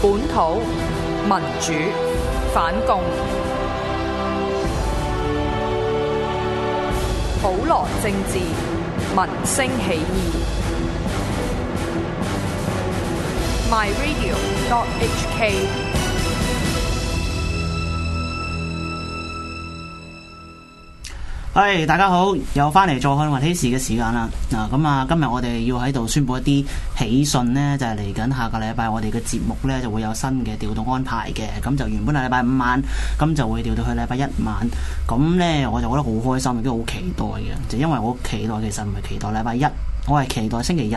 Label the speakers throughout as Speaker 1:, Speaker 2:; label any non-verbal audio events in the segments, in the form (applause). Speaker 1: 本土民主反共普羅政治民生起義 myradio.hk
Speaker 2: 係、大家好，又翻嚟坐看雲起時嘅時間啦。嗱，咁啊，今日我哋要喺度宣布一啲喜訊呢，就係嚟緊下個禮拜我哋嘅節目呢就會有新嘅調動安排嘅。咁就原本係禮拜五晚，咁就會調到去禮拜一晚。咁呢，我就覺得好開心，亦都好期待嘅。就因為我期待其實唔係期待禮拜一，我係期待星期日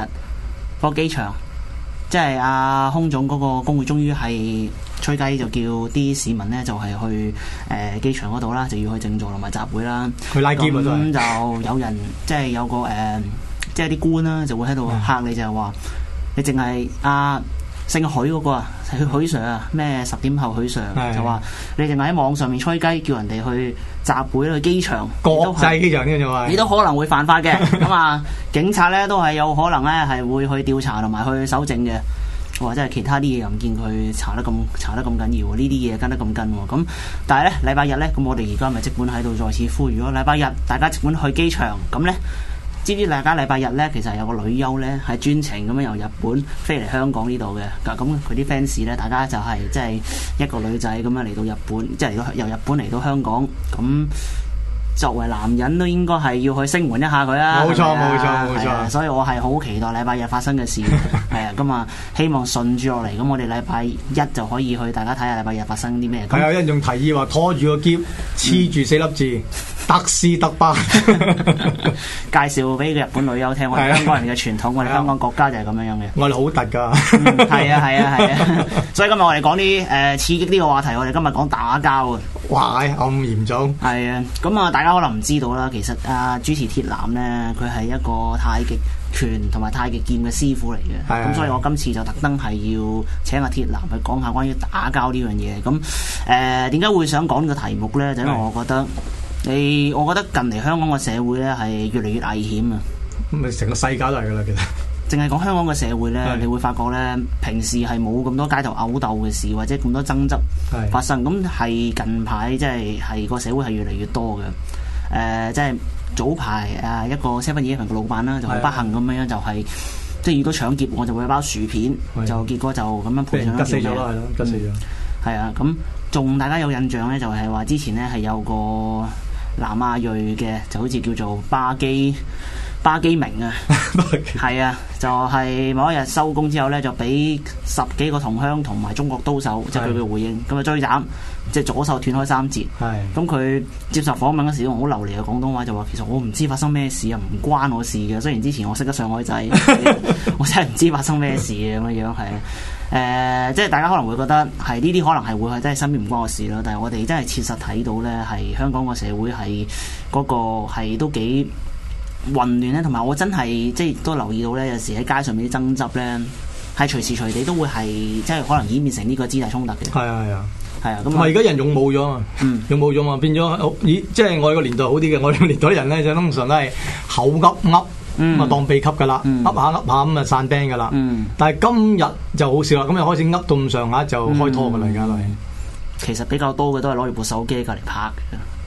Speaker 2: 個機場，即係阿、空總嗰個工會終於係。吹雞就叫啲市民呢，就係、去誒、呃、機場嗰度啦，就要去靜坐同埋集會啦。
Speaker 3: 佢拉兼啊都係
Speaker 2: 咁就有人即係有個誒、呃即係啲官啦，就會喺度啊嚇你，就係話你淨係啊姓許嗰個啊，許許 Sir 啊，咩十點後許 Sir
Speaker 3: 嗯
Speaker 2: 啊
Speaker 3: 係
Speaker 2: 就話你淨係喺網上面吹雞，叫人哋去集會去機場，
Speaker 3: 國際
Speaker 2: 你
Speaker 3: 機場呢就
Speaker 2: 都係你
Speaker 3: 係。
Speaker 2: 都可能會犯法嘅。咁啊，警察咧都係有可能咧係會去調查同埋去搜證嘅。或者係其他啲嘢又唔見佢查得咁查得咁緊要喎，呢啲嘢跟得咁緊喎。咁但係咧禮拜日咧，咁我哋而家咪即管喺度再次呼籲咯。禮拜日大家即管去機場，咁咧知唔知大家禮拜日咧其實有個女優咧係專程咁樣由日本飛嚟香港呢度嘅。咁佢啲 fans 咧，大家就係即係一個女仔咁樣嚟到日本，即係嚟到由日本嚟到香港咁。作為男人都應該係要去聲援一下佢啦，
Speaker 3: 冇錯
Speaker 2: 係咪啊
Speaker 3: 冇錯冇錯
Speaker 2: 係啊所以我係好期待禮拜日發生嘅
Speaker 3: (laughs)
Speaker 2: 事，係啊，咁啊，希望順住落嚟，咁我哋禮拜一就可以去大家睇下禮拜日發生啲咩。
Speaker 3: 係啊
Speaker 2: 咁
Speaker 3: 有人仲提議話拖住個箧，黐住四粒字，
Speaker 2: 嗯
Speaker 3: 特斯特
Speaker 2: (laughs)
Speaker 3: 巴。
Speaker 2: (laughs) 介紹俾個日本女優聽，我
Speaker 3: 係
Speaker 2: 哋
Speaker 3: 啊
Speaker 2: 香港人嘅傳統，我哋香港國家就係咁樣樣嘅。
Speaker 3: 我哋好突㗎。
Speaker 2: 係啊，係啊，係啊，所以今日我哋講啲誒刺激啲嘅話題，我哋今日講打交啊。
Speaker 3: (laughs) 哇！唉咁嚴重，
Speaker 2: 係啊，咁啊，大家可能唔知道啦，其實啊，主持鐵男呢，佢係一個太極拳同埋太極劍嘅師傅嚟嘅，
Speaker 3: 係啊
Speaker 2: 咁所以我今次就特登係要請阿鐵男去講下關於打交呢樣嘢。咁誒點解會想講呢個題目呢？就因為
Speaker 3: 係
Speaker 2: 我覺得你，我覺得近嚟香港個社會呢係越嚟越危險啊！
Speaker 3: 咁咪成個世界都係㗎啦，其實。
Speaker 2: 淨係講香港嘅社會呢，
Speaker 3: 係
Speaker 2: 你會發覺呢，平時係冇咁多街頭毆鬥嘅事，或者咁多爭執
Speaker 3: 係
Speaker 2: 發生。咁係近排即係係個社會係越嚟越多嘅。誒、即係早排啊，一個 Seven Eleven 嘅老闆啦，就好
Speaker 3: 係啊
Speaker 2: 不幸咁樣就係、即係遇到搶劫，我就會有包薯片，
Speaker 3: 係
Speaker 2: 就結果就咁樣
Speaker 3: 俾
Speaker 2: 賠
Speaker 3: 人
Speaker 2: 上
Speaker 3: 吉
Speaker 2: 一
Speaker 3: 死
Speaker 2: 條
Speaker 3: 咗
Speaker 2: 命
Speaker 3: 啦，係咯，吉死咗。
Speaker 2: 係啊，咁仲大家有印象呢，就係話之前呢係有個南亞裔嘅，就好似叫做巴基巴基明啊。係啊，就係、某一日收工之後呢，就俾十幾個同鄉同埋中國刀手，即係佢嘅回應，咁啊追斬，即係左手斷開三截。
Speaker 3: (laughs) 係
Speaker 2: 咁佢接受訪問嗰時用好流利嘅廣東話就話：其實我唔知發生咩事啊，唔關我事嘅。雖然之前我識得上海仔，
Speaker 3: (laughs)
Speaker 2: 我真係唔知發生咩事啊嘅咁樣樣係。誒、即係大家可能會覺得係呢啲可能係會係真係身邊唔關我事啦，但係我哋真係切實睇到呢，係香港個社會係嗰、個係都幾混亂咧，同埋我真係即係都留意到咧，有時喺街上面啲爭執咧，係隨時隨地都會係即係可能演變成呢個肢體衝突嘅，
Speaker 3: 係啊係啊，
Speaker 2: 係啊，
Speaker 3: 同埋而
Speaker 2: 咁
Speaker 3: 家人勇武咗啊
Speaker 2: 嗯
Speaker 3: 嘛，勇武咗嘛，變咗好咦？即係我哋個年代好啲嘅，我哋個年代啲人咧就通常都係口噏噏
Speaker 2: 嗯
Speaker 3: 咁啊當秘笈㗎啦，
Speaker 2: 嗯
Speaker 3: 噏下噏下咁啊散 band 㗎啦。
Speaker 2: 嗯，
Speaker 3: 但係今日就好少啦，咁又開始噏到咁上下就開拖㗎啦，而家都係。
Speaker 2: 其實比較多嘅都係攞住部手機隔嚟拍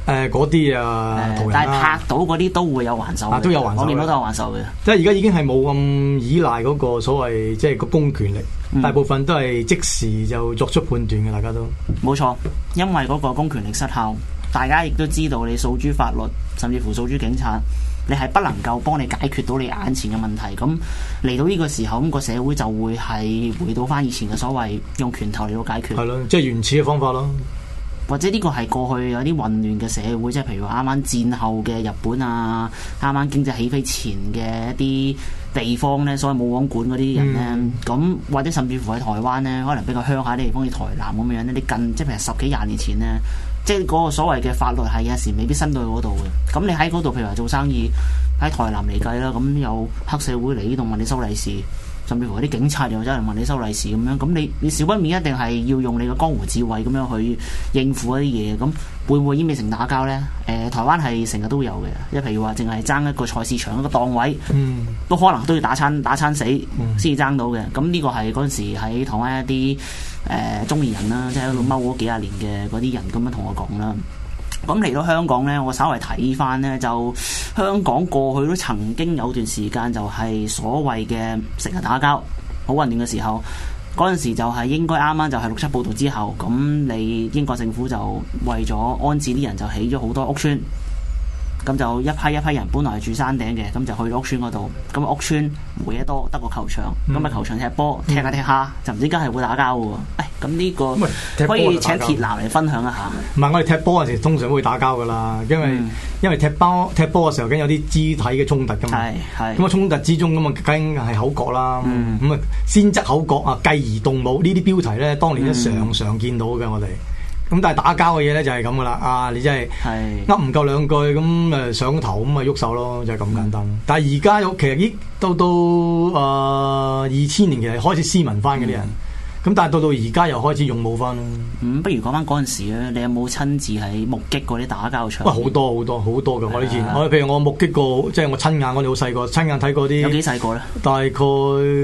Speaker 2: 嘅，
Speaker 3: 誒嗰啲啊，
Speaker 2: 嗯誒
Speaker 3: 途人
Speaker 2: 但係
Speaker 3: 啦
Speaker 2: 拍，到嗰啲都會有還手嘅
Speaker 3: 啊都有還手嘅
Speaker 2: 我見到都有還手嘅，
Speaker 3: 即係而家已經係冇咁依賴嗰個所謂即係個公權力，
Speaker 2: 嗯
Speaker 3: 大部分都係即時就作出判斷嘅，大家都
Speaker 2: 冇錯，因為嗰個公權力失效，大家亦都知道你訴諸法律，甚至乎訴諸警察。你係不能夠幫你解決到你眼前嘅問題，咁嚟到呢個時候，咁個社會就會係回到翻以前嘅所謂用拳頭嚟到解決。
Speaker 3: 係咯，即係原始嘅方法咯。
Speaker 2: 或者呢個係過去有啲混亂嘅社會，即係譬如話啱啱戰後嘅日本啊，啱啱經濟起飛前嘅一啲地方呢，所謂冇網管嗰啲人呢，咁、或者甚至乎喺台灣呢，可能比較鄉下啲地方，似台南咁樣呢，你近即係譬如十幾廿年前呢，即係嗰個所謂嘅法律係有時未必伸到去嗰度嘅。咁你喺嗰度譬如話做生意，喺台南嚟計啦，咁有黑社會嚟呢度問你收利是。甚至乎有啲警察又走嚟問你收利是咁樣，咁你你少不免一定係要用你嘅江湖智慧咁樣去應付一啲嘢，咁會唔會演變成打交呢？誒、台灣係成日都有嘅，即係譬如話淨係爭一個菜市場一個檔位。
Speaker 3: 嗯
Speaker 2: 都可能都要打餐打餐死先至爭到嘅。咁呢個係嗰陣時喺台灣一啲誒、呃中年人啦，即係喺度踎咗幾廿年嘅嗰啲人咁樣同我講啦。咁嚟到香港呢，我稍為睇翻呢，就香港過去都曾經有段時間就係所謂嘅成日打交，好混亂嘅時候。嗰陣時就係應該啱啱就係六七暴動之後，咁你英國政府就為咗安置啲人就起咗好多屋村，咁就一批一批人本來係住山頂嘅，咁就去到屋村嗰度，咁屋村冇嘢多，得個球場，咁啊、
Speaker 3: 嗯
Speaker 2: 球場踢波踢下踢下就唔知梗係會打交喎，誒咁呢個
Speaker 3: 咁咪踢
Speaker 2: 可
Speaker 3: 波
Speaker 2: 以請
Speaker 3: 就打交
Speaker 2: 鐵男嚟分享一下，
Speaker 3: 唔係，我哋踢波嗰陣時通常會打交噶啦，因為、
Speaker 2: 嗯
Speaker 3: 因為踢波踢波嘅時候，梗有啲肢體嘅衝突噶嘛。
Speaker 2: 係係
Speaker 3: 咁啊，衝突之中咁啊，梗係口角啦。
Speaker 2: 嗯
Speaker 3: 咁啊，先則口角啊，繼而動武呢啲標題咧，當年
Speaker 2: 嗯
Speaker 3: 都常常見到嘅我哋。咁但係打交嘅嘢咧就係咁噶啦，啊你真係
Speaker 2: 係
Speaker 3: 噏唔夠兩句咁誒上個頭咁啊喐手咯，就係、咁
Speaker 2: 嗯
Speaker 3: 簡單。但係而家有其實咦到到誒二千年其實開始斯文翻嘅啲人，咁、但係到到而家又開始勇武翻啦。
Speaker 2: 嗯，不如講翻嗰陣時咧，你有冇親自係目擊嗰啲打交場？
Speaker 3: 喂，好多好多好多嘅，我以前
Speaker 2: 係啊
Speaker 3: 我譬如我目擊過，即係我親眼，我哋好細個，親眼睇過
Speaker 2: 有幾
Speaker 3: 啲
Speaker 2: 細個咧？
Speaker 3: 大概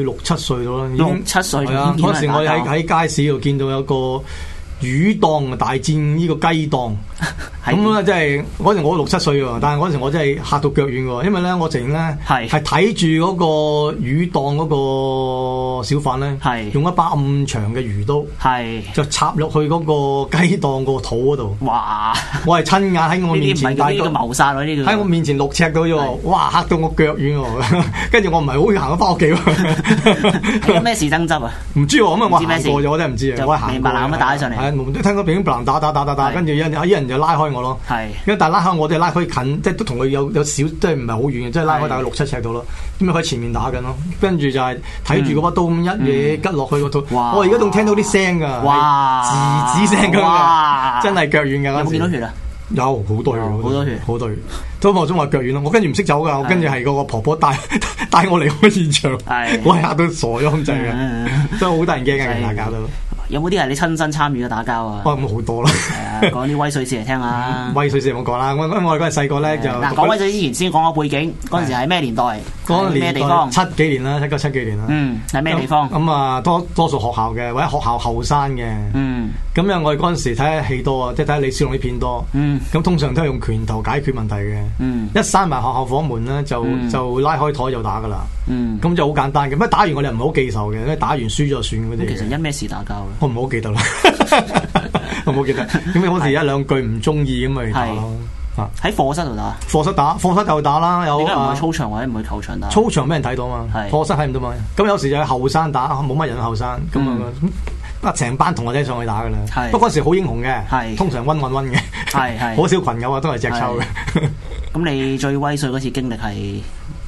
Speaker 3: 六七歲到啦，已經
Speaker 2: 六七歲
Speaker 3: 係啊！
Speaker 2: 已經
Speaker 3: 嗰時我哋
Speaker 2: 打交
Speaker 3: 喺喺街市度見到有個魚檔大戰呢個雞檔，
Speaker 2: 係
Speaker 3: 咁咧即係嗰時我六七歲喎，但係嗰時我真係嚇到腳軟喎，因為咧我直情咧
Speaker 2: 係
Speaker 3: 係睇住嗰個魚檔嗰個小販咧，
Speaker 2: 係
Speaker 3: 用一把咁長嘅魚刀
Speaker 2: 係
Speaker 3: 就插入去嗰個雞檔個肚嗰度。
Speaker 2: 哇！
Speaker 3: 我係親眼喺我
Speaker 2: 呢
Speaker 3: 面
Speaker 2: 啲唔
Speaker 3: 前
Speaker 2: 係
Speaker 3: 大
Speaker 2: 叫
Speaker 3: 哥
Speaker 2: 呢個謀殺喎，呢個
Speaker 3: 喺我面前六尺到啫喎
Speaker 2: 啊係，
Speaker 3: 哇嚇到我腳軟喎， (laughs) 跟住我唔係好行咗翻屋企
Speaker 2: 係因
Speaker 3: 喎， (laughs)
Speaker 2: 咩事爭執啊？
Speaker 3: 唔知喎，咁啊我
Speaker 2: 唔知咩
Speaker 3: 行
Speaker 2: 事
Speaker 3: 過咗，我真係唔知啊，
Speaker 2: 就
Speaker 3: 我係行
Speaker 2: 明白啦咁啊打起上嚟
Speaker 3: 係啊無端聽到乒乓打打打打打，
Speaker 2: 係
Speaker 3: 跟住有人有人就拉開我咯。
Speaker 2: 係
Speaker 3: 因為但係拉開我哋拉開近，即係都同佢有有少，即係唔係好遠嘅，即係拉開
Speaker 2: 係
Speaker 3: 大概六七尺到咯。咁咪佢喺前面打緊咯，跟住就係睇住嗰把刀咁一嘢拮落去個肚。
Speaker 2: 嗯哇
Speaker 3: 我而家仲聽到啲聲㗎，
Speaker 2: 哇
Speaker 3: 係吱吱聲咁
Speaker 2: 哇
Speaker 3: 嘅，真係腳軟㗎
Speaker 2: 有冇
Speaker 3: 嗰陣時
Speaker 2: 見到血啊？
Speaker 3: 有好多血，
Speaker 2: 有哦好多血
Speaker 3: 好多血。都望中話腳軟咯，我跟住唔識走噶，我跟住係個婆婆帶 (laughs) 帶我離開現場
Speaker 2: 係，
Speaker 3: 我係嚇到傻咗咁滯嘅，
Speaker 2: 嗯
Speaker 3: 真係好得人驚嘅，
Speaker 2: 係嗯
Speaker 3: 大家都，
Speaker 2: 有冇啲係你親身參與嘅打交啊？
Speaker 3: 哇咁好多啦，
Speaker 2: 係啊講啲威水事嚟聽下。
Speaker 3: (laughs) 威水先冇講啦，我我哋嗰陣細個咧就
Speaker 2: 嗯嗱，講威水之前先講個背景，嗰陣時係咩年代？
Speaker 3: 嗰
Speaker 2: 係
Speaker 3: 個
Speaker 2: 咩
Speaker 3: 年
Speaker 2: 地
Speaker 3: 代
Speaker 2: 方？
Speaker 3: 七幾年啦，一九七幾年啦，
Speaker 2: 嗯，係咩地方
Speaker 3: 咁？咁啊，多多數學校嘅或者學校後山嘅，
Speaker 2: 嗯
Speaker 3: 咁樣我哋嗰陣時睇下戲多啊，即係睇下李小龍啲片多，
Speaker 2: 嗯
Speaker 3: 咁通常都係用拳頭解決問題嘅，
Speaker 2: 嗯
Speaker 3: 一閂埋學校房門咧就
Speaker 2: 嗯
Speaker 3: 就拉開台就打噶啦。
Speaker 2: 嗯。
Speaker 3: 咁就好簡單嘅。乜打完我哋唔係好記仇嘅，因為打完輸咗就算嗰啲
Speaker 2: 咁其實
Speaker 3: 嘢。
Speaker 2: 因咩事打交咧？
Speaker 3: 我唔係好記
Speaker 2: (laughs)
Speaker 3: 得啦，我唔好記得。咁你好似一兩句唔中意咁咪打咯。啊，
Speaker 2: 喺課室度打，
Speaker 3: 課室打，課室就打啦。有
Speaker 2: 你而家唔
Speaker 3: 啊
Speaker 2: 去操場或者唔去球場打？
Speaker 3: 操場俾人睇到嘛，
Speaker 2: 係
Speaker 3: 課室睇唔到嘛。咁有時就喺後山打，冇乜人喺後山咁啊。啊！成班同學仔上去打噶啦，
Speaker 2: 嗯係
Speaker 3: 不過嗰時好英雄嘅，
Speaker 2: 係
Speaker 3: 通常温温温嘅，
Speaker 2: 係係
Speaker 3: 好少群友啊，都係隻抽嘅。
Speaker 2: 咁你最威水嗰次經歷係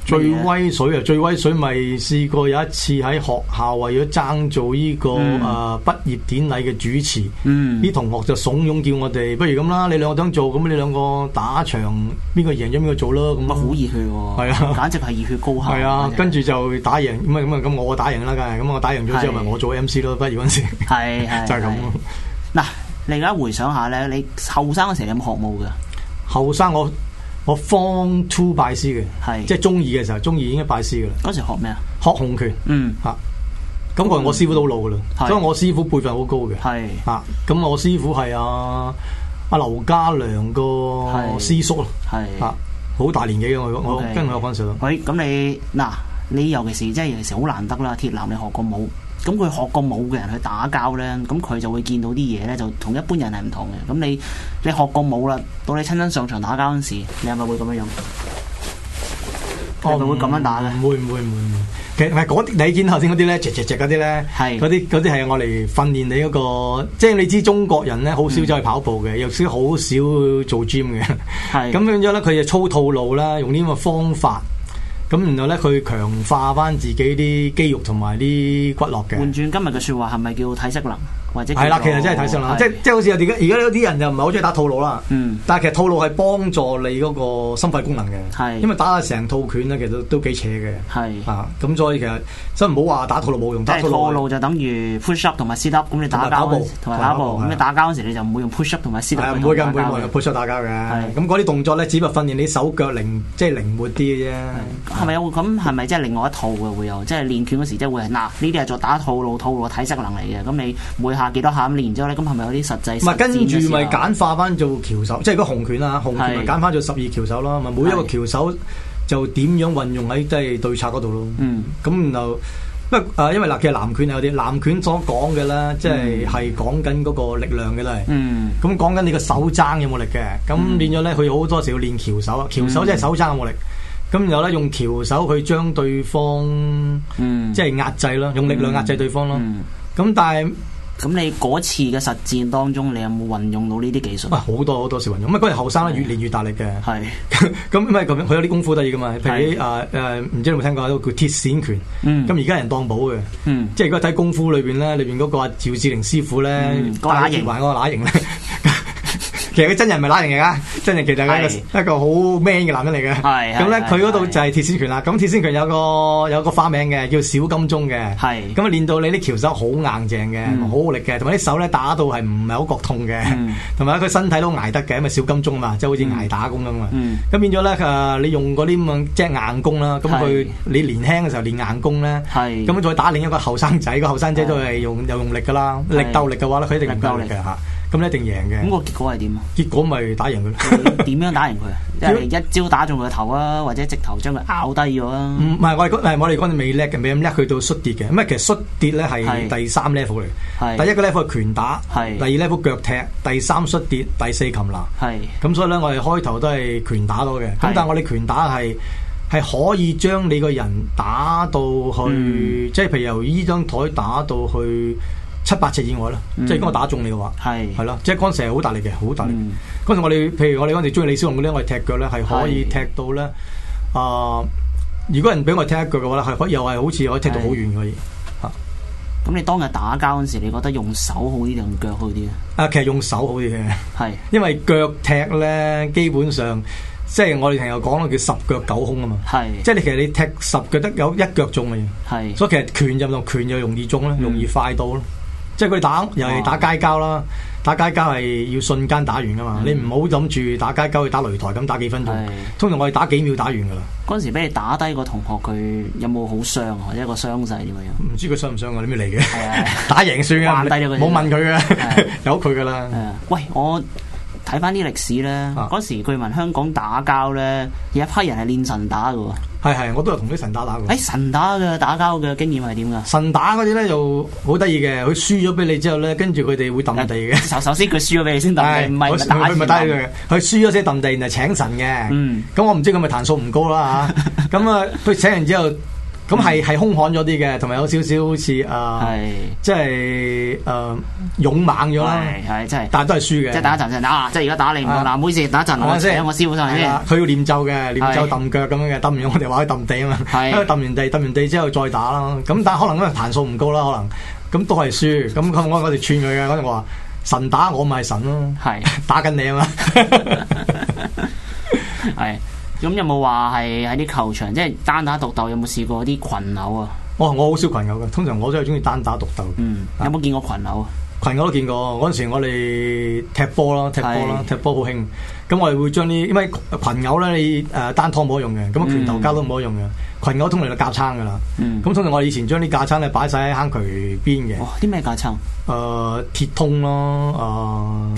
Speaker 3: 最
Speaker 2: 乜嘢
Speaker 3: 威水啊！最威水咪試過有一次喺學校為咗爭做呢、個誒、
Speaker 2: 嗯
Speaker 3: 呃、畢業典禮嘅主持，啲、
Speaker 2: 嗯
Speaker 3: 同學就慫恿叫我哋，不如咁啦，你兩個想做，咁你兩個打場，邊個贏咗邊個做咯，咁
Speaker 2: 咁啊好熱
Speaker 3: 啊
Speaker 2: 血喎，
Speaker 3: 係啊
Speaker 2: 簡直係熱血高校。
Speaker 3: 係啊，跟
Speaker 2: 住
Speaker 3: 住就打贏，咁啊咁啊咁我打贏啦，梗係，咁我打贏咗之後
Speaker 2: 係
Speaker 3: 咪我做 MC 咯，畢業嗰陣時
Speaker 2: 係係
Speaker 3: (laughs) 就係咁咯。
Speaker 2: 嗱，你而家回想下咧，你後生嗰時你有冇學武㗎？
Speaker 3: 後生我我 form two 拜師嘅，
Speaker 2: 係
Speaker 3: 即係中二嘅時候，中二已經拜師嘅啦，
Speaker 2: 嗰時學咩啊？
Speaker 3: 學紅拳
Speaker 2: 嗯，
Speaker 3: 嚇。咁佢我師傅都好老噶啦，
Speaker 2: 係
Speaker 3: 所以我師傅輩分好高嘅。
Speaker 2: 係
Speaker 3: 啊，咁我師傅係阿阿劉家良個
Speaker 2: 係
Speaker 3: 師叔咯，
Speaker 2: 係
Speaker 3: 啊，。好大年紀嘅我我
Speaker 2: OK
Speaker 3: 跟佢嗰陣時咯，
Speaker 2: 喂，咁你嗱，你尤其是即係尤其是好難得啦，鐵男你學過武，咁佢學過武嘅人去打交咧，咁佢就會見到啲嘢咧，就同一般人係唔同嘅。咁你你學過武啦，到你親身上場打交嗰陣時，你係咪會咁樣樣？
Speaker 3: 哦
Speaker 2: 你係咪會咁樣打嘅？
Speaker 3: 唔會唔會唔會唔會。其實係嗰啲你見頭先嗰啲咧，直直直嗰啲咧，
Speaker 2: 係
Speaker 3: 嗰啲嗰啲係我嚟訓練你嗰個，即係你知中國人咧好
Speaker 2: 嗯
Speaker 3: 少走去跑步嘅，又少好少做 gym 嘅，
Speaker 2: 係
Speaker 3: 咁樣咗咧佢就操套路啦，用呢咁嘅方法，咁然後咧佢強化翻自己啲肌肉同埋啲骨骼嘅。
Speaker 2: 換轉今日嘅説話係咪叫體適能？或者
Speaker 3: 係啦，其實真係睇上
Speaker 2: 哦
Speaker 3: 啦，即係即係好似有啲而家有啲人就唔係好中意打套路啦，
Speaker 2: 嗯
Speaker 3: 但係其實套路係幫助你嗰個心肺功能嘅，
Speaker 2: 係
Speaker 3: 因為打下成套拳咧，其實都都幾扯嘅，
Speaker 2: 係
Speaker 3: 啊，咁所以其實真係唔好話打套路冇用，
Speaker 2: 即
Speaker 3: 打
Speaker 2: 係
Speaker 3: 套
Speaker 2: 套
Speaker 3: 路啊
Speaker 2: 路就等於 push up 同埋 sit up，咁你打
Speaker 3: 同埋跑
Speaker 2: 交嗰
Speaker 3: 步
Speaker 2: 同埋打
Speaker 3: 同埋跑
Speaker 2: 步，
Speaker 3: 步
Speaker 2: 咁
Speaker 3: 係
Speaker 2: 你
Speaker 3: 啊
Speaker 2: 打交嗰時你就唔會用 push up 同埋 sit
Speaker 3: 係啊
Speaker 2: up
Speaker 3: 唔
Speaker 2: 去
Speaker 3: 會㗎，
Speaker 2: 打
Speaker 3: 唔會
Speaker 2: 交
Speaker 3: 冇人
Speaker 2: 嘅
Speaker 3: push 手打交嘅，
Speaker 2: 係
Speaker 3: 咁嗰啲動作咧，只不過訓練你手腳靈，即係靈活啲嘅啫。
Speaker 2: 係咪有啊咁係咪即係另外一套嘅會有？即係練拳嗰時即係會係嗱呢啲係做打套路套路嘅體適能嚟嘅，咁你每下幾多下咁練之後咧，咁係咪有啲實際實
Speaker 3: 唔係
Speaker 2: 踐嘅
Speaker 3: 啊跟住咪
Speaker 2: 時候
Speaker 3: 簡化翻做橋手，即係個紅拳啦，紅拳咪
Speaker 2: 係
Speaker 3: 簡翻做十二橋手啦，咪每一個
Speaker 2: 係
Speaker 3: 橋手就點樣運用喺即係對策嗰度咯。
Speaker 2: 嗯
Speaker 3: 咁然後不過啊誒，因為嗱，其實南拳有啲南拳所講嘅啦，即係係講緊嗰個力量嘅啦。
Speaker 2: 嗯
Speaker 3: 咁講緊你個手踭有冇力嘅，咁變咗咧，佢好多時要練橋手啊，橋
Speaker 2: 嗯
Speaker 3: 手即係手踭有冇力。咁然後咧，用橋手去將對方
Speaker 2: 嗯，
Speaker 3: 即係壓制咯，用力量壓制對方咯。
Speaker 2: 嗯
Speaker 3: 咁但係
Speaker 2: 咁你嗰次嘅實戰當中，你有冇運用到呢啲技術？
Speaker 3: 哇，好多好多時運用，咁啊嗰陣後生咧越練越大力嘅。
Speaker 2: 係
Speaker 3: 咁咪咁樣，佢有啲功夫得意噶嘛？譬如
Speaker 2: 係
Speaker 3: 啲啊誒，唔知你有冇聽過一個叫鐵線拳，
Speaker 2: 嗯
Speaker 3: 咁而家人當寶嘅，
Speaker 2: 嗯
Speaker 3: 即係如果睇功夫裏邊咧，裏邊嗰個阿趙志凌師傅咧
Speaker 2: 嗯，嗰個乸型
Speaker 3: 還嗰個乸型咧， (laughs) 其實佢真人唔係乸型嚟噶，真人其實係一個一個好 man 嘅男人嚟嘅。
Speaker 2: 係係
Speaker 3: 咁咧，
Speaker 2: 係
Speaker 3: 佢嗰度
Speaker 2: 係
Speaker 3: 就係鐵線拳啦。咁鐵線拳有個有個花名嘅，叫小金鐘嘅。
Speaker 2: 係
Speaker 3: 咁啊，練到你啲橋手好硬淨嘅，
Speaker 2: 嗯
Speaker 3: 好好力嘅，同埋啲手咧打到係唔係好覺痛嘅
Speaker 2: 嗯，
Speaker 3: 同埋佢身體都捱得嘅，因啊為小金鐘嘛，即係好似捱打工咁嘛。
Speaker 2: 嗯
Speaker 3: 咁變咗咧，誒你用嗰啲咁樣即係硬功啦，咁佢
Speaker 2: 係
Speaker 3: 你年輕嘅時候練硬功咧，
Speaker 2: 係
Speaker 3: 咁再打另一個後生仔，個後生仔都係用有用力噶啦，力鬥力嘅話咧，佢一定唔夠力嘅嚇，咁你一定贏
Speaker 2: 咁
Speaker 3: 嘅，
Speaker 2: 個結果係點
Speaker 3: (laughs)
Speaker 2: 啊？
Speaker 3: 結果咪打贏佢咯。
Speaker 2: 點樣打贏佢啊？即係你一招打中佢個頭啊，或者直頭將佢
Speaker 3: 嗯
Speaker 2: 拗低咗啊？
Speaker 3: 唔唔係，我哋講誒，我哋講未叻嘅，未咁叻，去到摔跌嘅。咁啊，其實摔跌咧係
Speaker 2: 係
Speaker 3: 第三 level 嚟嘅。
Speaker 2: 係
Speaker 3: 第一個 level 係拳打，
Speaker 2: 係
Speaker 3: 第二 level 腳踢，第三摔跌，第四擒拿。
Speaker 2: 係
Speaker 3: 咁所以咧，我哋開頭都係拳打多嘅。咁
Speaker 2: 係
Speaker 3: 但係我哋拳打係係可以將你個人打到
Speaker 2: 嗯
Speaker 3: 去，即係譬如由依張台打到去七八尺以外啦。
Speaker 2: 嗯
Speaker 3: 即係如果我打中你嘅話，
Speaker 2: 係
Speaker 3: 係啦，即係嗰陣時係好大力嘅，好大力
Speaker 2: 嗯。
Speaker 3: 嗰陣時我哋譬如我哋嗰陣時中意李小龍嗰啲，我哋踢腳咧係可以
Speaker 2: 係
Speaker 3: 踢到咧啊！如果人俾我踢一腳嘅話咧，係可以又係好似可以踢到好遠嘅可以。
Speaker 2: 咁你當日打交嗰時，你覺得用手好啲定用腳好啲咧？
Speaker 3: 啊，其實用手好啲嘅。 (laughs)
Speaker 2: 係
Speaker 3: 因為腳踢咧，基本上即係我哋成日講咯，叫十腳九空啊嘛。
Speaker 2: 係
Speaker 3: 即係你其實你踢十腳得有一腳中嘅啫，
Speaker 2: 係
Speaker 3: 所以其實拳就唔同，拳就容易中啦，
Speaker 2: 嗯哦
Speaker 3: 容易快到咯。即係佢打又係打街交啦，打街交係要瞬間打完噶
Speaker 2: 嗯
Speaker 3: 嘛，你唔好諗住打街交去打擂台咁打幾分鐘
Speaker 2: 係，
Speaker 3: 通常我哋打幾秒打完噶啦，
Speaker 2: 嗰陣時俾你打低個同學，佢有冇好傷啊或者個傷勢點
Speaker 3: (laughs)
Speaker 2: 樣？
Speaker 3: 唔知佢傷唔傷啊？你咩嚟
Speaker 2: (laughs) 係
Speaker 3: 嘅？
Speaker 2: 啊。
Speaker 3: 打贏算
Speaker 2: 話低
Speaker 3: 噶，
Speaker 2: 咗佢
Speaker 3: 冇問佢嘅
Speaker 2: 係，
Speaker 3: (laughs) 由佢噶啦。
Speaker 2: 誒，喂，我睇翻啲歷史咧，
Speaker 3: 啊
Speaker 2: 嗰、時據聞香港打交咧，有一批人係練神打嘅喎。
Speaker 3: 係係，我都有同啲神打打
Speaker 2: 誒、。
Speaker 3: 過
Speaker 2: 哎神打嘅打交嘅經驗係點㗎？
Speaker 3: 神打嗰啲咧又好得意嘅，佢輸咗俾你之後咧，跟住佢哋會揼地
Speaker 2: (laughs)
Speaker 3: 嘅。
Speaker 2: 首首先佢輸咗俾你先
Speaker 3: 係
Speaker 2: 揼你，唔係
Speaker 3: 我
Speaker 2: 唔係打
Speaker 3: 佢咪
Speaker 2: 完
Speaker 3: 打你
Speaker 2: 冧
Speaker 3: 嘅，佢輸咗先揼地，然後請神嘅。
Speaker 2: 嗯
Speaker 3: 咁我唔知佢咪彈數唔
Speaker 2: (laughs)
Speaker 3: 高啦嚇。咁啊，佢請完之後，咁係係兇悍咗啲嘅，同埋有少少好似啊，
Speaker 2: 嗯係
Speaker 3: 即係誒勇猛咗啦，
Speaker 2: 係係真係，
Speaker 3: 但係都係輸嘅。
Speaker 2: 即係打一陣先打，即係而家打你唔
Speaker 3: 啊
Speaker 2: 好嗱，唔好意思，打一陣
Speaker 3: 係咪
Speaker 2: 我
Speaker 3: 先
Speaker 2: 啊請我師傅上嚟
Speaker 3: 係啦
Speaker 2: 先。
Speaker 3: 佢要念咒嘅，念
Speaker 2: 係
Speaker 3: 咒揼腳咁樣嘅，揼完我哋話佢揼地啊嘛，
Speaker 2: 係
Speaker 3: 因為揼完地，揼完地之後再打啦。咁但係可能因為彈數唔高啦，可能咁都係輸。咁咁我我哋串佢嘅，嗰陣我話神打我咪係神咯，
Speaker 2: 係
Speaker 3: 打緊你啊嘛。 (laughs)
Speaker 2: 係。咁有冇話係喺啲球場，即係單打獨鬥，有冇試過啲群毆啊？
Speaker 3: 我我好少群友嘅，通常我都係中意單打獨鬥。
Speaker 2: 嗯，有冇見過群毆啊？
Speaker 3: 群友都見過，嗰陣時我哋踢波啦，踢波啦，
Speaker 2: 係
Speaker 3: 踢波好興。咁我哋會將啲，因為群友咧，你誒單拖冇得用嘅，咁啊拳頭交都冇得用嘅。群友通常就架撐噶啦。
Speaker 2: 嗯
Speaker 3: 咁通常我哋以前將啲架撐咧擺晒喺坑渠邊嘅，
Speaker 2: 哇！啲咩架撐？
Speaker 3: 誒啊鐵通咯，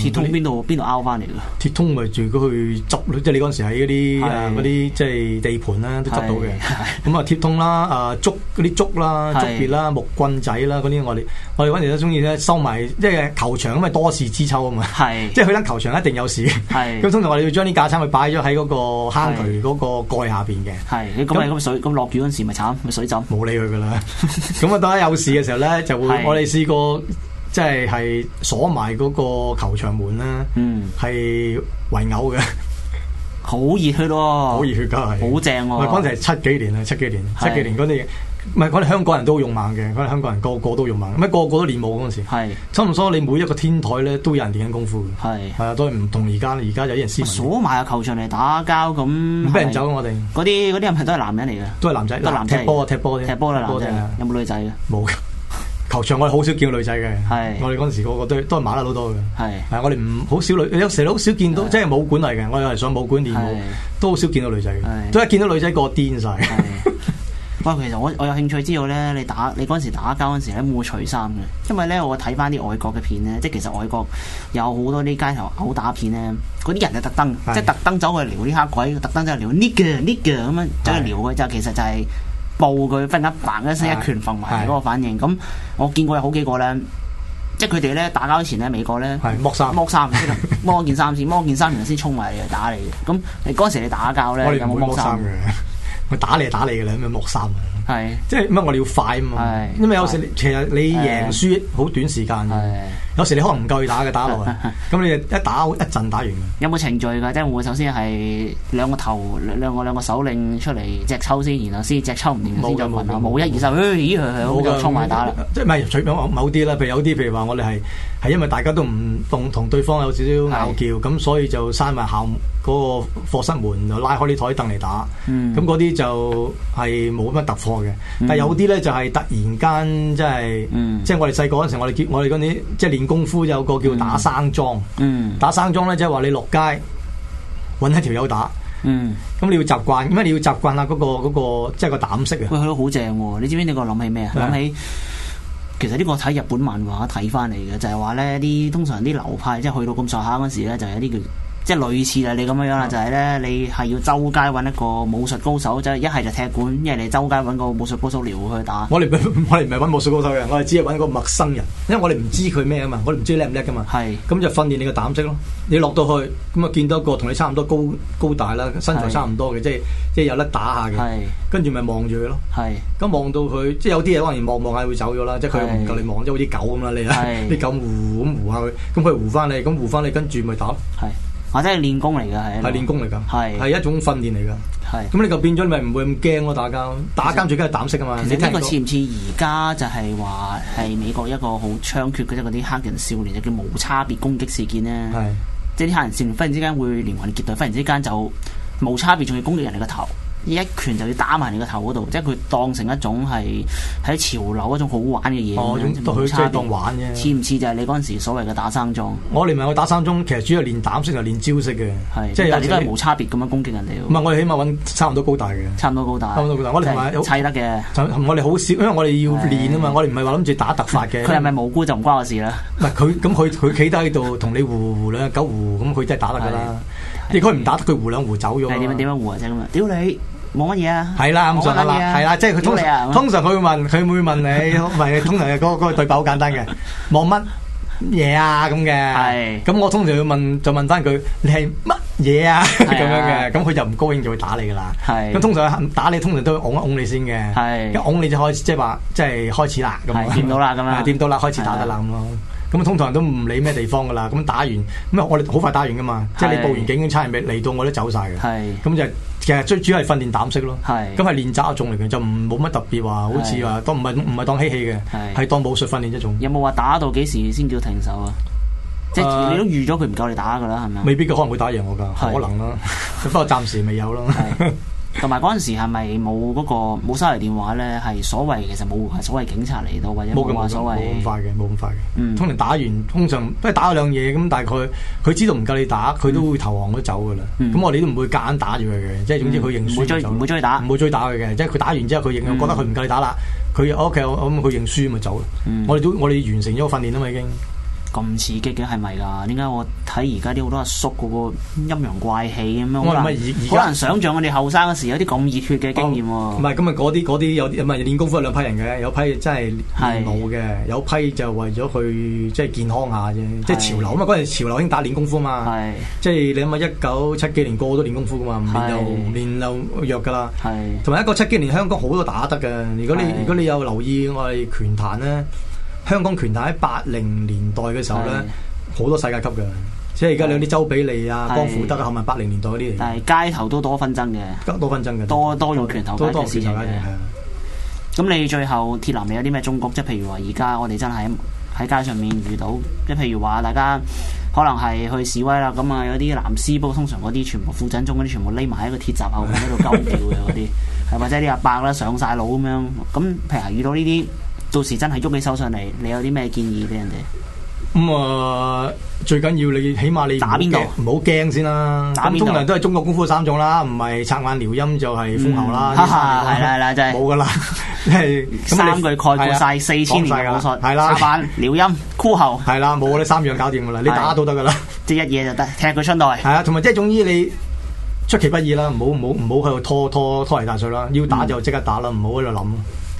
Speaker 3: 誒
Speaker 2: 鐵通
Speaker 3: 嗰啲
Speaker 2: 邊度邊度拗翻嚟㗎？
Speaker 3: 鐵通咪住嗰去執咯，即係你嗰陣時喺嗰啲誒
Speaker 2: 係
Speaker 3: 嗰啲即係地盤啦，都執到嘅
Speaker 2: 係。
Speaker 3: 咁啊鐵通啦，誒竹嗰啲竹啦、
Speaker 2: 係
Speaker 3: 竹別啦、木棍仔啦嗰啲，我哋我哋嗰陣時都中意咧收埋，即係球場因為多事之秋啊嘛。 (laughs)
Speaker 2: 係
Speaker 3: 即係去間球場一定有事，
Speaker 2: 係
Speaker 3: 咁通常我哋要將啲架撐去擺咗喺嗰個坑渠嗰個蓋下邊嘅，
Speaker 2: 係，你咁咪咁水咁落雨嗰陣時咪慘，咪水浸。
Speaker 3: 冇理佢噶啦。 (laughs) 咁啊，當有事嘅時候咧，就會
Speaker 2: 係
Speaker 3: 我哋試過即係係鎖埋嗰個球場門啦，
Speaker 2: 嗯，
Speaker 3: 係圍毆嘅，
Speaker 2: 好熱血咯，
Speaker 3: 好熱血㗎係。
Speaker 2: 哦好正
Speaker 3: 喂，嗰陣
Speaker 2: 喎。
Speaker 3: 時係七幾年啊，七幾年，七
Speaker 2: 係
Speaker 3: 幾年嗰啲唔係我哋香港人都好勇猛嘅，我哋香港人個個都勇猛，乜個個都練武嗰陣時，
Speaker 2: 係
Speaker 3: 差唔多你每一個天台咧都有人練緊功夫嘅，
Speaker 2: 係啊
Speaker 3: 係啊，都係唔同而家啦，而家有啲人斯文，
Speaker 2: 鎖埋個球場嚟打交咁，
Speaker 3: 唔
Speaker 2: 唔
Speaker 3: 俾人走嘅啊我哋
Speaker 2: 嗰啲嗰啲係咪都係男人嚟嘅？
Speaker 3: 都係男仔，
Speaker 2: 都係男仔嚟
Speaker 3: 踢
Speaker 2: 嘅
Speaker 3: 波啊踢波啫
Speaker 2: 踢波啦，
Speaker 3: 踢
Speaker 2: 男
Speaker 3: 啫係
Speaker 2: 仔
Speaker 3: 啊
Speaker 2: 有冇女仔嘅？
Speaker 3: 冇嘅球場我哋好少見到女仔嘅，
Speaker 2: 係
Speaker 3: 我哋嗰陣時個個都都係馬甩佬多嘅。
Speaker 2: 係
Speaker 3: 係，我哋唔好少女，有時好少見到，即係武館嚟嘅。我哋係上武館練
Speaker 2: 係
Speaker 3: 武，都好少見到女仔嘅。
Speaker 2: 係
Speaker 3: 都一見到女仔，個個癲晒。
Speaker 2: 係。 (laughs) 喂，其實我我有興趣知道咧，你打你嗰陣時打交嗰陣時咧，有冇除衫嘅？因為咧，我睇翻啲外國嘅片咧，即係其實外國有好多啲街頭毆打片咧，嗰啲人係特登，
Speaker 3: 係
Speaker 2: 即係特登走去撩啲黑鬼，特登走去撩呢個呢個咁樣走去撩佢，就其實就係報佢，忽然間嘭一聲
Speaker 3: 係
Speaker 2: 一拳揈埋
Speaker 3: 係
Speaker 2: 嗰個反應。咁我見過有好幾個咧，即係佢哋咧打交前咧，美國咧。
Speaker 3: 係剝衫，
Speaker 2: 剝衫先
Speaker 3: (laughs)
Speaker 2: 啦，剝件衫先，剝件衫然後先衝埋嚟打你嘅。咁你嗰陣時你打交咧，
Speaker 3: 我哋
Speaker 2: 有
Speaker 3: 唔
Speaker 2: 冇
Speaker 3: 會剝
Speaker 2: 剝
Speaker 3: 衫
Speaker 2: 衫？
Speaker 3: 嘅。 (laughs) 我打你就打你嘅啦，咩剝衫啊？
Speaker 2: 係
Speaker 3: 即係乜？我哋要快啊嘛。
Speaker 2: 係
Speaker 3: 因為有時你其實你贏輸好短時間嘅，
Speaker 2: 係。
Speaker 3: 有時你可能唔夠佢打嘅打落嚟，
Speaker 2: (laughs)
Speaker 3: 咁你一打一陣打完嘅。
Speaker 2: 有冇程序㗎？即係會唔會首先係兩個頭兩兩個兩個手令出嚟隻抽先，然後先隻抽唔掂
Speaker 3: 冇㗎
Speaker 2: 先再問下，
Speaker 3: 冇
Speaker 2: 冇
Speaker 3: 㗎
Speaker 2: 一二三，誒咦佢
Speaker 3: 冇
Speaker 2: 佢
Speaker 3: 㗎
Speaker 2: 就衝埋打啦。，
Speaker 3: 即係唔係除咗某啲啦，譬如有啲譬如話我哋係係因為大家都唔同同對方有少少拗撬，咁所以就閂埋校嗰個課室門，就拉開啲台凳嚟打。
Speaker 2: 嗯
Speaker 3: 咁嗰啲就係冇乜突破嘅，但係有啲咧就係突然間即係，
Speaker 2: 嗯
Speaker 3: 即係我哋細個嗰陣時，我哋叫我哋嗰啲即係練功夫有個叫打生樁，
Speaker 2: 嗯
Speaker 3: 打生樁咧即係話你落街揾一條友打，
Speaker 2: 嗯，
Speaker 3: 咁你要習慣，因為你要習慣下嗰個嗰個即係個膽識啊，
Speaker 2: 喂，佢都好正喎！你知唔知呢個諗起咩啊？
Speaker 3: 咩
Speaker 2: 諗起其實呢個睇日本漫畫睇翻嚟嘅，就係話咧啲通常啲流派即係去到咁上下嗰陣時咧，就有啲叫。即係類似啊，你咁樣樣啦，就係咧，你係要周街揾一個武術高手，即係一係就踢館，一係你周街揾個武術高手撩佢打。
Speaker 3: 我哋唔我哋唔係 (laughs) 揾武術高手嘅，我哋只係揾個陌生人，因為我哋唔知佢咩啊嘛，我哋唔知叻唔叻噶嘛。
Speaker 2: 係
Speaker 3: 咁就訓練你個膽識咯。你落到去咁啊，見到一個同你差唔多高高大啦，身材
Speaker 2: 係
Speaker 3: 差唔多嘅，即係即係有得打下嘅，
Speaker 2: 係
Speaker 3: 跟住咪望住佢咯。
Speaker 2: 係。
Speaker 3: 咁望到佢，即係有啲嘢可能望望下會走咗啦，即係佢唔夠你望，即係好似狗咁啦，你啊
Speaker 2: 係
Speaker 3: (laughs) 啲狗糊咁糊下佢，咁佢糊翻你，咁糊翻你，跟住咪打咯，
Speaker 2: 係，或者係練功嚟嘅，係
Speaker 3: 係練功嚟㗎，
Speaker 2: 係
Speaker 3: 係一種訓練嚟㗎。
Speaker 2: 係。
Speaker 3: 咁你就變咗你咪唔會咁驚咯，打交，打交最緊係膽識啊嘛。
Speaker 2: 其實
Speaker 3: 你聽
Speaker 2: 呢
Speaker 3: 唔
Speaker 2: 個
Speaker 3: 到
Speaker 2: 似唔似而家就係話係美國一個好猖獗嘅即係嗰啲黑人少年就叫無差別攻擊事件咧，
Speaker 3: 係
Speaker 2: 即係啲黑人少年忽然之間會連環結隊，忽然之間就無差別仲要攻擊人哋個頭。一拳就要打埋你個頭嗰度，即係佢當成一種係喺潮流一種好玩嘅嘢
Speaker 3: 哦
Speaker 2: 咁樣，
Speaker 3: 咁
Speaker 2: 無
Speaker 3: 佢
Speaker 2: 嗯
Speaker 3: 即
Speaker 2: 差
Speaker 3: 係當
Speaker 2: 別。
Speaker 3: 玩啫。
Speaker 2: 似唔似就係你嗰陣時所謂嘅打生樁？
Speaker 3: 我哋咪有打三中，其實主要練膽識就練招式嘅，
Speaker 2: 係，
Speaker 3: 即係
Speaker 2: 但
Speaker 3: 有
Speaker 2: 係你
Speaker 3: 時
Speaker 2: 都
Speaker 3: 你
Speaker 2: 係無
Speaker 3: 唔
Speaker 2: 差別咁樣攻擊人哋
Speaker 3: 係
Speaker 2: 喎，
Speaker 3: 我哋起碼揾差唔多高大嘅。
Speaker 2: 差唔多高大，
Speaker 3: 差唔多高大我哋同埋
Speaker 2: 即係砌得嘅。
Speaker 3: 就我哋好少，因為我哋要練啊嘛，
Speaker 2: 係
Speaker 3: 我哋唔係話諗住打突發嘅。
Speaker 2: 佢係咪無辜就唔關我事啦？
Speaker 3: 唔係佢咁佢佢企低喺度同你互互兩狗互，咁佢真係打得㗎啦。
Speaker 2: 係
Speaker 3: 亦佢唔打得，佢互兩互走咗
Speaker 2: 係點樣點
Speaker 3: 啦。
Speaker 2: 樣胡啊？即係咁啊！屌你，冇乜嘢啊！
Speaker 3: 嗯係啦，咁上下啦，係啦，即係佢通
Speaker 2: 通
Speaker 3: 常通常佢會問，佢會
Speaker 2: (laughs)
Speaker 3: 問你，唔係通常嗰嗰個對白好簡單嘅，望乜嘢啊咁嘅。
Speaker 2: 係
Speaker 3: 咁我通常要問就問翻佢，你係乜嘢啊咁
Speaker 2: 係
Speaker 3: 樣
Speaker 2: 啊
Speaker 3: 嘅，咁佢就唔高興就會打你㗎啦。
Speaker 2: 係
Speaker 3: 咁通常打你通常都會擁一擁你先嘅。
Speaker 2: 係
Speaker 3: 一擁你就開始即係話即係開始啦咁
Speaker 2: 係掂到啦咁啊
Speaker 3: 係掂到啦，開始打得啦咁咯。咁啊通常都唔理咩地方噶啦，咁打完咁啊我哋好快打完噶嘛，即係你
Speaker 2: 係
Speaker 3: 報完警警差人未嚟到我都走晒嘅。
Speaker 2: 係
Speaker 3: 咁就其實最主要係訓練膽識咯。
Speaker 2: 係
Speaker 3: 咁係啊練習一種嚟嘅，就唔冇乜特別話，好似話當唔係唔係當嬉戲嘅，
Speaker 2: 係
Speaker 3: 係當武術訓練一種，
Speaker 2: 有冇話打到幾時先叫停手啊？即
Speaker 3: 誒
Speaker 2: 係你都預咗佢唔夠你打㗎啦，係咪啊？
Speaker 3: 未必佢可能會打贏我㗎，
Speaker 2: 係
Speaker 3: 可能
Speaker 2: (laughs)
Speaker 3: 啦。不過暫時未有咯。
Speaker 2: 係同埋嗰陣時係咪冇嗰個冇手提電話咧？係所謂其實冇所謂警察嚟到，或者
Speaker 3: 冇咁
Speaker 2: (laughs) 冇話
Speaker 3: 冇咁
Speaker 2: 所
Speaker 3: 冇咁
Speaker 2: 謂
Speaker 3: 快嘅，冇咁快嘅。
Speaker 2: 嗯
Speaker 3: 通常打完，通常都係打咗兩嘢咁，大概佢知道唔夠你打，佢都會投降都走噶啦。
Speaker 2: 嗯
Speaker 3: 咁我哋都唔會夾硬打住佢嘅，即係總之佢認
Speaker 2: 唔
Speaker 3: 輸
Speaker 2: 會追
Speaker 3: 就走嗯
Speaker 2: 唔會追打
Speaker 3: 唔會追打佢嘅。即係佢打完之後，佢認覺得佢唔夠你打啦，佢 OK 我咁佢認輸咪走咯
Speaker 2: 嗯。
Speaker 3: 我哋都我哋完成咗個訓練啊嘛已經。
Speaker 2: 咁刺激嘅係咪㗎？點解我睇而家啲好多阿叔嗰個陰陽怪氣咁樣？
Speaker 3: 我
Speaker 2: 好
Speaker 3: 唔係
Speaker 2: 難
Speaker 3: 而而家
Speaker 2: 好難想像我哋後生嗰時有啲咁熱血嘅經驗
Speaker 3: 哦唔
Speaker 2: 喎。
Speaker 3: 係咁啊！嗰啲嗰啲有啲唔係練功夫有兩批人嘅，有批真係練武嘅，有批就為咗去即係健康下啫，即係
Speaker 2: 係
Speaker 3: 潮流啊嘛！嗰陣時潮流興打練功夫啊嘛。
Speaker 2: 係
Speaker 3: 即係你諗下，一九七幾年個個都練功夫噶嘛，唔練就
Speaker 2: 係
Speaker 3: 練就弱噶啦。
Speaker 2: 係。
Speaker 3: 同埋一九七幾年香港好多打得嘅，如果你
Speaker 2: 係
Speaker 3: 如果你有留意我哋拳壇咧，香港拳壇喺八零年代嘅時候咧，好多世界級嘅，即係而家你有啲周比利啊、
Speaker 2: 係
Speaker 3: 江富德啊，係咪八零年代嗰啲嚟
Speaker 2: 但係街頭都多紛爭嘅，
Speaker 3: 嘅？多紛爭嘅，
Speaker 2: 多多用拳頭解
Speaker 3: 多多
Speaker 2: 決事
Speaker 3: 拳
Speaker 2: 情
Speaker 3: 頭
Speaker 2: 嘅
Speaker 3: 嘅，係。啊。
Speaker 2: 咁你最後鐵男，你有啲咩忠告？即係譬如話，而家我哋真係喺喺街上面遇到，即係譬如話，大家可能係去示威啦，咁啊有啲藍絲，不過通常嗰啲全部副振中嗰啲，全部匿埋喺個鐵閘後面喺度鳩叫嘅嗰
Speaker 3: (laughs)
Speaker 2: 啲，係或者啲阿伯啦上晒腦咁樣。咁譬如話遇到呢啲，到時真係喐起手上嚟，你有啲咩建議俾人哋？
Speaker 3: 咁啊，最緊要你起碼你唔好
Speaker 2: 打邊度
Speaker 3: 驚唔好驚先啦。
Speaker 2: 打邊
Speaker 3: 咁
Speaker 2: 度
Speaker 3: 通常都係中國功夫三種啦，唔係拆眼撩陰就係封喉啦。
Speaker 2: 嗯
Speaker 3: 呢
Speaker 2: (laughs) 哈
Speaker 3: 三個
Speaker 2: 哈係啦係啦真係
Speaker 3: 冇噶啦， (laughs) 係
Speaker 2: 三句概括晒四千年嘅武術，
Speaker 3: 係啦
Speaker 2: 食，飯、撩音、箍喉，
Speaker 3: 係啦，冇呢三樣搞掂噶啦，你
Speaker 2: 係
Speaker 3: 打到得噶啦。
Speaker 2: 即係一嘢就得，踢佢出袋。
Speaker 3: 係啊，同埋即係總之你出其不意啦，唔好唔好唔好喺度拖拖拖泥帶水啦，要打
Speaker 2: 嗯
Speaker 3: 就即刻打啦，唔好喺度諗，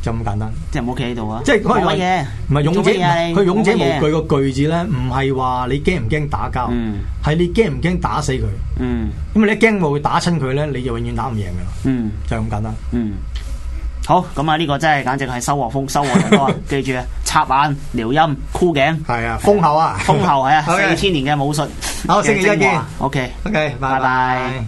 Speaker 3: 就咁簡單。
Speaker 2: 即係唔好企喺度啊！
Speaker 3: 即係可以
Speaker 2: 冇乜嘢，
Speaker 3: 唔係勇者，
Speaker 2: 做乜嘢啊你
Speaker 3: 佢勇者
Speaker 2: 冇
Speaker 3: 無
Speaker 2: 乜嘢
Speaker 3: 懼個句字咧，唔係話你驚唔驚打交，
Speaker 2: 嗯
Speaker 3: 係你驚唔驚打死佢。
Speaker 2: 嗯
Speaker 3: 因為你一驚冇打親佢咧，你就永遠打唔贏噶啦，
Speaker 2: 嗯
Speaker 3: 就係咁簡單。
Speaker 2: 嗯，好咁啊！呢個真係簡直係收穫豐收穫良多
Speaker 3: (laughs)
Speaker 2: 啊！記住啊，插眼、撩音、箍頸、
Speaker 3: 係啊，封口啊，
Speaker 2: (laughs)
Speaker 3: (laughs)
Speaker 2: 封喉係啊，
Speaker 3: 好嘅
Speaker 2: 四千年嘅武術。
Speaker 3: 好星期一見。
Speaker 2: O K。
Speaker 3: OK，
Speaker 2: 拜拜